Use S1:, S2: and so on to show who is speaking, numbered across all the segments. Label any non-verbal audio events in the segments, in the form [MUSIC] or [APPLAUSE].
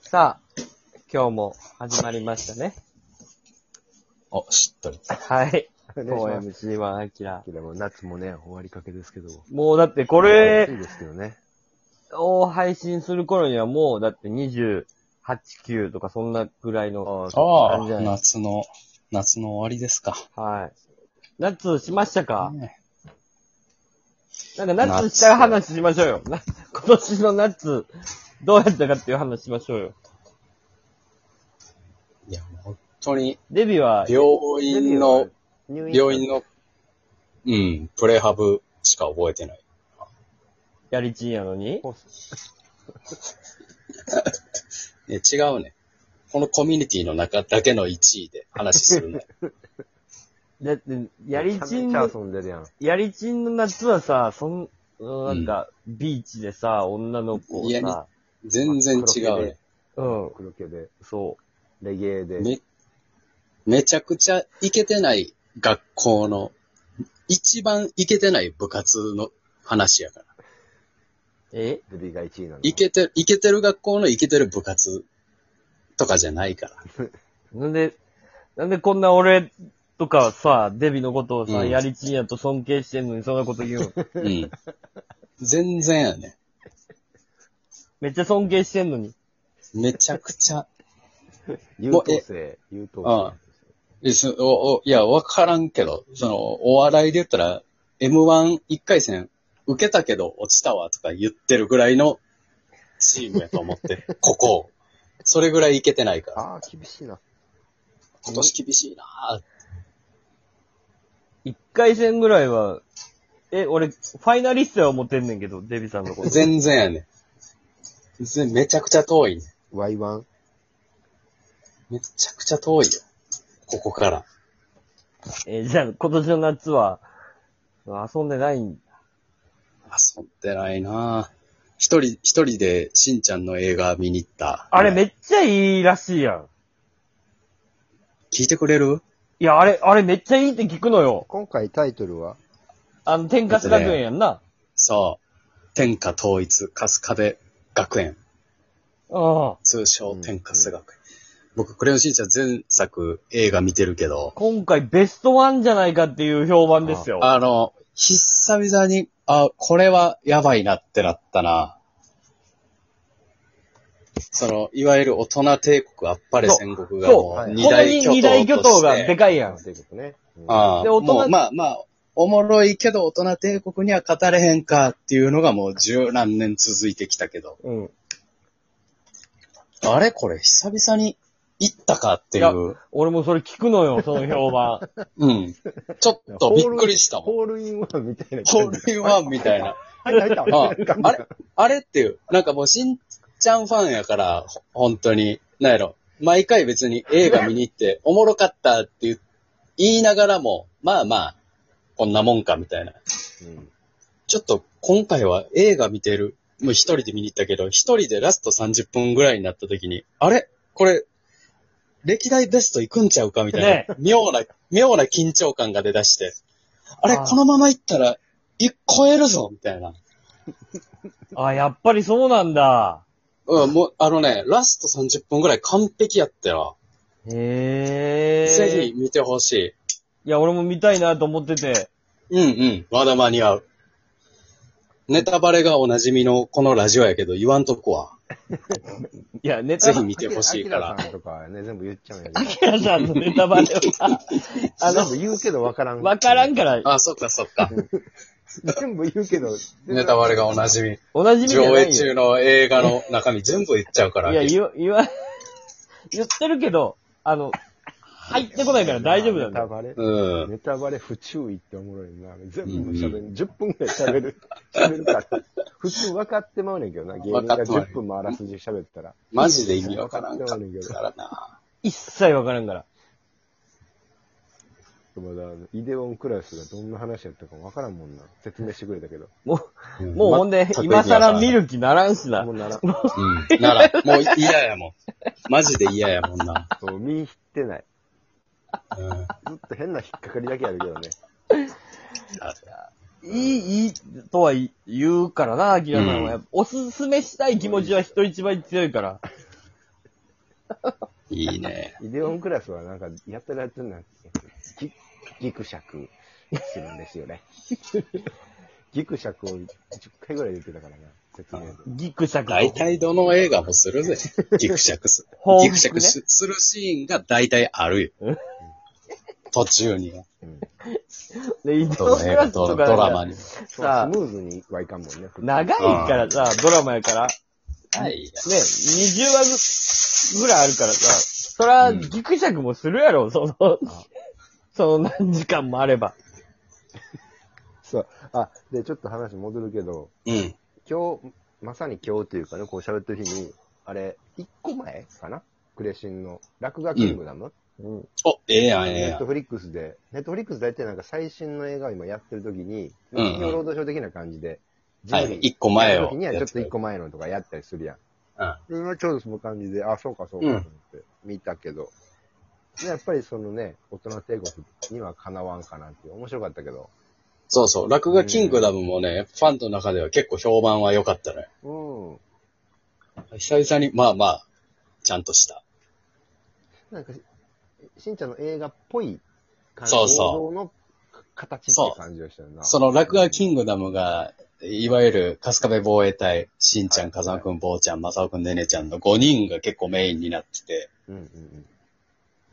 S1: さあ、今日も始まりましたね。
S2: あ、しっとり。
S1: はい。
S3: お願いし
S1: OMG はアキラ。
S3: でも夏もね、終わりかけですけど。
S1: もうだってこ
S3: 暑い
S1: れ
S3: ですけどね。
S1: を配信する頃にはもうだって28、9とかそんなぐらいの。
S3: あ
S2: あ
S1: なんじゃ
S2: あ、
S1: ない
S2: 夏の、夏の終わりですか。
S1: はい。夏しましたか
S2: ね
S1: なんか夏した話しましょうよ。な今年の夏、どうやったかっていう話しましょうよ。
S2: いや、もう本当に、
S1: デビューは、
S2: 病院の、
S3: 入
S2: 病院の、うん、プレハブしか覚えてない。
S1: やりちんやのに
S2: ね、違うね。このコミュニティの中だけの1位で話す [LAUGHS] るの。
S1: だって、やりちん
S3: めち
S1: の
S3: ゃめちゃ遊んでるやん。
S1: やりちんの夏はさ、そん、うんなんか、ビーチでさ、女の子を
S2: やり
S1: さ、
S2: 全然違うね。
S1: うん、
S3: 黒毛で、
S1: そ
S3: レゲエで。
S2: め、めちゃくちゃイケてない学校の、一番イケてない部活の話やから。
S1: う。え
S3: デビが1位なの。
S2: イケて、イケてる学校のイケてる部活とかじゃないから。
S1: なんで、なんでこんな俺とかさ、デビのことをさ、
S2: うん
S1: やりちんやと尊敬してんのにそんなこと言うの [LAUGHS]
S2: うん。全然やね。
S1: めっちゃ尊敬してんのに。
S2: めちゃくちゃ。
S3: 優等生、優等生。
S2: えそおおいや、わからんけど、その、お笑いで言ったら、M11 回戦受けたけど落ちたわとか言ってるぐらいのチームやと思 [LAUGHS] って、ここ。それぐらいいけてないから。
S3: ああ、厳しいな。
S2: 今年厳しいなぁ。
S1: 一回戦ぐらいは、え、俺、ファイナリストは思ってんねんけど、デビさんのこと。
S2: 全然やね。全然めちゃくちゃ遠いね。
S3: Y1。
S2: めちゃくちゃ遠いよ。ここから。
S1: えじゃあ、今年の夏は、遊んでないん
S2: 遊んでないなぁ。一人、一人でしんちゃんの映画見に行った。
S1: あれめっちゃいいらしいやん。
S2: 聞いてくれる
S1: いや、あれ、あれめっちゃいいって聞くのよ。
S3: 今回タイトルは
S1: あの、天かす学園やんな。
S2: そう。天下統一、春日部学園。
S1: うん。
S2: 通称天下ス学園。僕、クレヨンしんちゃん前作映画見てるけど、
S1: 今回ベストワンじゃないかっていう評判ですよ。
S2: あの、久々に、あ、これはやばいなってなったな。その、いわゆる大人帝国あっぱれ戦国が
S1: そ
S2: も
S1: う。
S2: う
S1: この
S2: 二大巨頭として。
S1: 二大巨頭がでかいやん。
S3: 帝国ね。うん
S2: ああ
S1: で大人
S2: もうまあまあ、おもろいけど大人帝国には語れへんかっていうのがもう十何年続いてきたけど、
S1: うん。
S2: あれこれ久々に行ったかっていう。
S1: 俺もそれ聞くのよ、その評判。
S2: うん。ちょっとびっくりしたもん。
S3: ホールインワンみたいな
S2: ホー
S3: 感じ。
S2: ルインワンみたいな。
S3: 入った入
S2: あ
S3: った
S2: あれあれっていう。なんかもうしんちゃんファンやから、ほ本当に。なんやろ。毎回別に映画見に行って、おもろかったって言う言いながらも、まあまあ、こんなもんかみたいな。
S3: うん
S2: ちょっと今回は映画見てる。もう一人で見に行ったけど、一人でラスト30分ぐらいになった時に、あれこれ、歴代ベスト行くんちゃうかみたいな、
S1: ね
S2: 妙な、妙な緊張感が出だして、あれ
S1: あー
S2: このまま行ったら、い超えるぞみたいな。
S1: あ、やっぱりそうなんだ。
S2: うん、もう、あのね、ラスト30分ぐらい完璧やったよ。
S1: へえ。
S2: ぜひ。見てほし
S1: いや、俺も見たいなと思ってて。
S2: い。うんうん、まだ間に合う。ネタバレがおなじみのこのラジオやけど言わんとこは。
S1: いや、ネタ
S2: ぜひ見てほしいから
S3: アキラさんとかね、全部言っちゃうんや
S1: アキラさんのネタバレ
S2: [LAUGHS]
S1: は、あ
S3: けど。全部
S1: の、
S3: 言うけどわからん。
S1: わからんから、
S2: あ、そっかそっか。
S3: 全部言うけど。
S2: ネタバレがおなじみ。
S1: 同じみじゃ
S2: 上
S1: な
S2: 映
S1: いよ
S2: 中。の映画の中身全部言っちゃうから。
S1: いや、言わ、言わ、 [LAUGHS] 言ってるけど、あの、入ってこないから大丈夫なんだ
S3: ネタ
S1: よ。
S3: バレ
S2: うん。
S3: ネタバレ不注意っておもろいな。全部喋る。10分くらい喋
S1: [LAUGHS]
S3: る。喋るから。普通分かってまうねんけどな。芸人が10分もあらすじ喋ったら。
S2: マジで意味わからんかったからな。
S1: 一切わからんから。
S3: まだ、イデオンクラスがどんな話やったか分からんもんな。説明してくれたけど。
S1: もう、もうほんで
S2: 全、く意味
S1: 今
S2: わからん
S1: 更見。る気ならんしな
S3: もう。なら、
S2: うん。なら、もう嫌やもん。マジで嫌やもんな。
S3: そう見入ってない。
S2: うん。
S3: ずっと変な引っかかりだけあるけどね。
S1: いい、いい、とは言うからな、アキラさんは。
S2: うん
S1: やっぱおすすめしたい気持ちは人一倍強いから。
S2: いいね。
S3: イデオンクラスはなんか、やたらとなんギギクシャクするんです
S1: [LAUGHS]
S3: よね。ギクシャクを10回ぐらい言ってたからな、説明で。
S1: ギクシャクと。
S2: 大体どの映画もするぜ。ギクシャクす。
S1: 報復ね
S2: ギクシャクしするシーンが大体あるよ。途中には。
S3: うん
S1: で、イデオ
S2: ど
S1: ン
S2: の
S1: ク
S2: 映画、
S1: ラ [LAUGHS] スと
S2: ド
S1: か
S2: ラドラマに。
S3: そう
S1: さあ
S3: スムーズにはいかんもんね。
S1: 長いからさ、ドラマやから、ね、
S2: はい。
S1: 20話ぐぐらいあるからさ、そら、
S2: うん
S1: ギクシャクもするやろ、その、その何時間もあれば。
S3: そう。あ、で、ちょっと話戻るけど、
S2: うん。
S3: 今日、まさに今日というかね、こう喋ってる日に、あれ、一個前かなクレシンの、落書キングダム、
S1: うん。
S2: お、ええやん、ええ
S3: ネ
S2: や
S3: ット
S2: ん。
S3: フリックスで、ネットフリックス大体なんか最新の映画を今やってる時に、
S2: うんうん
S3: 金曜ロードショー的な感じで、
S2: はい。一個前
S3: の
S2: を
S3: 時。にはちょっと一個前のとかやったりするやん。
S2: うん。
S3: それはちょうどその感じで、あ、そうかそうかと思って見たけど、ねやっぱりそのね、大人帝国にはかなわんかなっていう、面白かったけど、
S2: そうそう。落書キングダムもね、ファンの中では結構評判は良かったね。
S3: うん。
S2: 久々に、まあまあ、ちゃんとした。
S3: なんかし、しんちゃんの映画っぽい感じ
S2: そうそう
S3: 映像の形って感じがしたよな。
S2: その落書キングダムが、いわゆる、春日部防衛隊、しんちゃん、風間くん、坊ちゃん、正雄くん、ねねちゃんの5人が結構メインになってて、
S3: うんうんうん。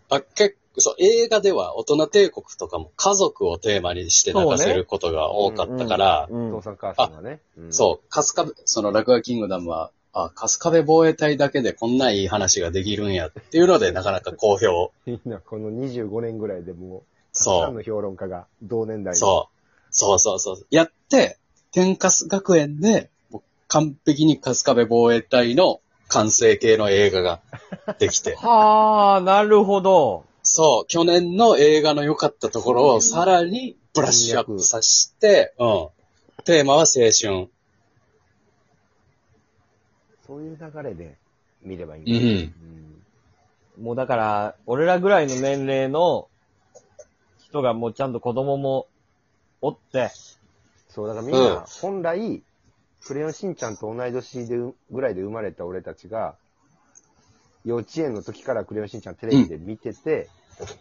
S2: あ、結構、そう、映画では大人帝国とかも家族をテーマにして泣かせることが多かったから、
S1: うん
S3: 父さん母さんがね。うん
S2: そう、春日部、その落書キングダムは、あ、春日部防衛隊だけでこんないい話ができるんやっていうので、なかなか好評。
S3: みんなこの25年ぐらいでもう、たくさ
S2: そ
S3: ん
S2: う
S3: の。評論家が同年代う。
S2: そう。そうそうそう。やって、天カス学園で、もう完璧にカスカベ防衛隊の完成形の映画ができ [LAUGHS] て。
S1: はあ、なるほど。
S2: そう、去年の映画の良かったところをさらにブラッシュアップさせて、うん。テーマは青春。
S3: そういう流れで見ればいいん
S2: う
S3: だね
S2: ん。
S3: うん
S1: もうだから、俺らぐらいの年齢の人がもうちゃんと子供もおって、
S3: そう、だからみんな
S2: うん、
S3: 本来、クレヨンしんちゃんと同い年でうぐらいで生まれた俺たちが、幼稚園の時からクレヨンしんちゃんテレビで見てて、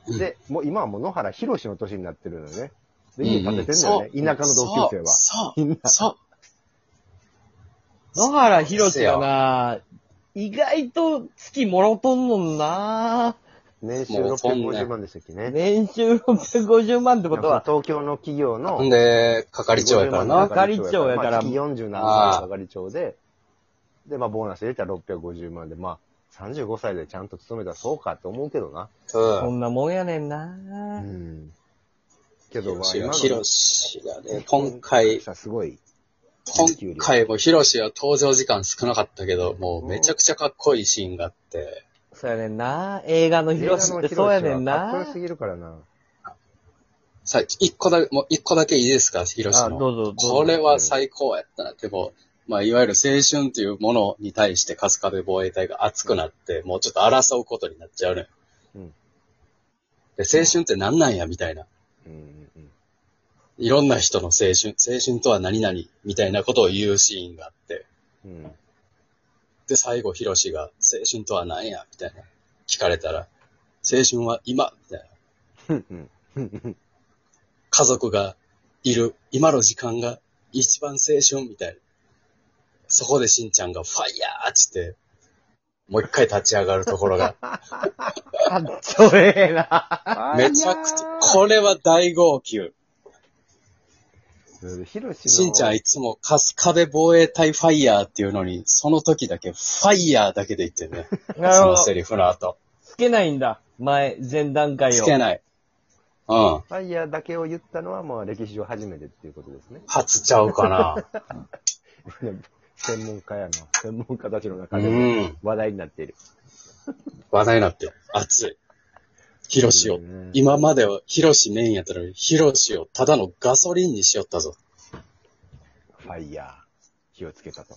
S2: うん
S3: で、もう今はもう野原ひろしの年になってるのよね。
S2: う
S3: で、
S2: ん
S3: 家建ててんだよね、
S2: そう
S3: 田舎の同級生は。
S2: そ
S3: みんな
S2: う、そう。
S1: 野原ひろしがな、意外と月もろとんのんな。
S3: [LAUGHS] 年収
S2: もうそんな
S3: 650万でしたっけね。
S1: 年収650万ってことは、
S3: 東京の企業の
S2: ほん、で、係長やから
S1: 50
S2: な
S1: 万。係長やから
S3: まあ、月47万の係長で、で、まあ、ボーナス入れたら650万で、まあ、35歳でちゃんと勤めたらそうかと思うけどな。
S1: そ
S2: うん
S1: なもんやねんな。
S3: うん。けど、まあ、今
S2: ん。
S3: の
S2: ヒロシがね、今回、
S3: さ、すごい。
S2: 今回もヒロシは登場時間少なかったけど、もうめちゃくちゃかっこいいシーンがあって、
S1: そうやねんな。映画のひろしってそうやねん
S3: かっこよ
S1: な
S3: す。ぎるからな。
S2: さ、一個だけ、もう一個だけいいですか、ヒロシ
S1: あ、ど
S2: の。
S1: うぞ、どうぞ。
S2: これは最高やったな。でも、まあ、いわゆる青春というものに対して、春日部防衛隊が熱くなって、もうちょっと争うことになっちゃうね。
S3: うん。
S2: で、青春って何なんや、みたいな。
S3: うんうん
S2: いろんな人の青春、青春とは何々、みたいなことを言うシーンがあって。
S3: うん。うん。
S2: で、最後、ヒロシが、青春とは何やみたいな。聞かれたら、青春は今みたいな。
S3: うんうん。
S2: 家族がいる、今の時間が一番青春みたいな。そこでしんちゃんが、ファイヤーっつって、もう一回立ち上がるとこ
S1: [LAUGHS]
S2: ろが、
S1: かっちょええな。
S2: めちゃくちゃ、これは大号泣。
S3: ヒロシの
S2: しんちゃんいつも、カスカベ防衛隊ファイヤーっていうのに、その時だけ、ファイヤーだけで言ってるね。
S1: なる
S2: そ
S1: ほ
S2: の
S1: ど。
S2: セリフの後。
S1: つけないんだ。前、前段階
S2: つ
S1: を。
S2: けない。うん。
S3: ファイヤーだけを言ったのは、まあ、歴史上初めてっていうことですね。 [LAUGHS]
S2: 初ちゃうかな。
S3: 専門家やな。専門家たちの中
S2: [LAUGHS] う
S3: でも
S2: ん。
S3: 話題になっている。
S2: 話題になってる。熱い。ヒロシを。今まではヒロシメインやったのに、ヒロシをただのガソリンにしよったぞ。
S3: ファイヤー。火をつけたと。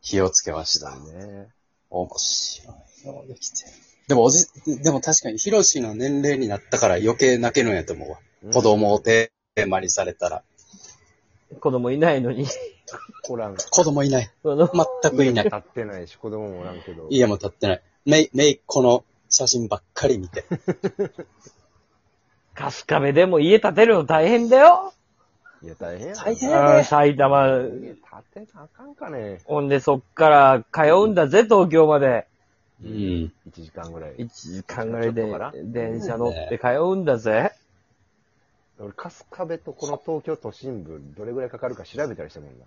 S2: 火をつけました。
S3: ね。
S2: 面白いようできてる。でもおじ、でも確かにヒロシの年齢になったから余計泣けるんやと思うわ。子供をテーマにされたら。
S1: 子供いないのに。
S3: おらん。
S2: 子供いない。
S1: その
S2: 全くいない
S3: 立。ってないし、子供もおらんけど。
S2: 家も建ってない。めい、めいっ子の写真ばっかり見て。
S1: 春日部でも家建てるの大変だよ。
S3: いや、大変やな。
S2: 大変や
S1: うん埼玉。
S3: 家建てなあかんかね。
S1: ほんで、そっから通うんだぜ、東京まで。
S2: うん。
S3: 1時間ぐらい。
S1: 1時間ぐらい
S3: ちょっ
S1: で
S3: とかな、
S1: 電車乗って通うんだぜ。
S3: 俺、春日部とこの東京都心部、どれぐらいかかるか調べたりしたもんな。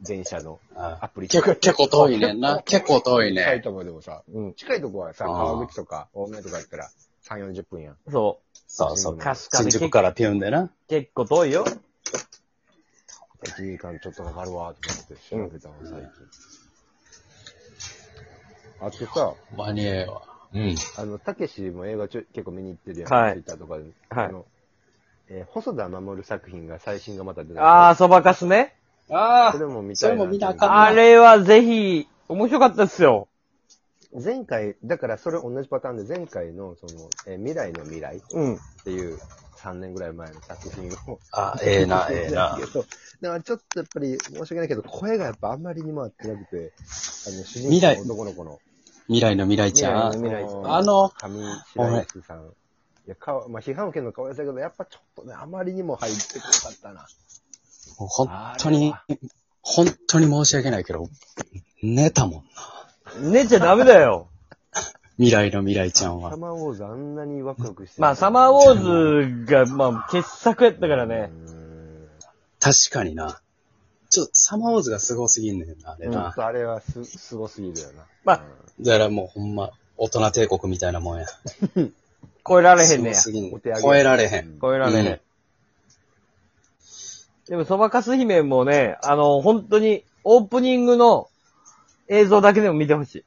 S3: 電車のア
S2: あ
S3: プリ。
S2: 結構、結構遠いねんな。結構遠い
S3: 埼
S2: ね。
S3: 玉でもさ、
S1: うん。
S3: 近いとこはさ、
S2: あー
S3: 川口とか、大宮とかやったら、3、40分やん。
S1: そ
S2: そうそう
S1: う。。
S3: か
S1: 春
S2: 新
S1: 日部
S2: 宿
S1: 結
S2: からピュンでな。
S1: 結構遠いよ。
S3: 1時間ちょっとかかるわ、と思って調べたもん、最近。あとさ、
S2: 間に合えわ。うん。
S3: あの、たけしも映画ちょ結構見に行ってるやん。
S1: はい
S3: ツイッターとかで。
S1: はい
S3: あの、えー細田守作品が最新がまた出た。
S1: あー、そばかすね。
S2: あ
S3: それも見
S2: そ
S3: た
S2: れ
S3: い
S2: も見なあかんな
S1: あれはぜひ、面白かったっすよ。
S3: 前回、だからそれ同じパターンで、前回の、その、えー未来の未来っ
S1: うん。
S3: ていう3年ぐらい前の作品を。
S2: あ、ええな、
S3: 見
S2: え
S3: て
S2: え
S3: た
S2: な
S3: んで。すけど [LAUGHS] だからちょっとやっぱり申し訳ないけど、声がやっぱあんまりにも合ってなくて、あの、主人
S2: 未
S3: 公
S2: 来
S3: の男の子の。
S2: 未来の未来ちゃん。
S3: 未来の未来
S2: あの、
S3: 上白石さん。いや、かわまあ、批判を受けるのかわいそうだけど、やっぱちょっとね、あまりにも入ってこなかったな。
S2: もう本当に、本当に申し訳ないけど、寝たもんな。
S1: 寝ちゃダメだよ。
S2: 未来の未来ちゃん
S3: サ
S2: は。
S3: マーウォーズあんなにワクワクして
S1: [LAUGHS] まあ、サマーウォーズが、まあ、傑作やったからね。
S3: うー
S2: 確かにな。ちょっとサマーウォーズがすごすぎんねんな、あれ
S3: ん。ちょっ
S2: な。
S3: とあれはす、すごすぎるよな。
S1: まあ
S2: だからもうほんま、大人帝国みたいなもんや。
S1: 超えられへ
S2: す
S1: んね
S2: ご
S1: や。
S2: すぎん
S3: お手上げ
S2: 超えられへん。
S1: 超えられへん。
S2: うん
S1: でも、そばかす姫もね、あの、本当に、オープニングの映像だけでも見てほしい。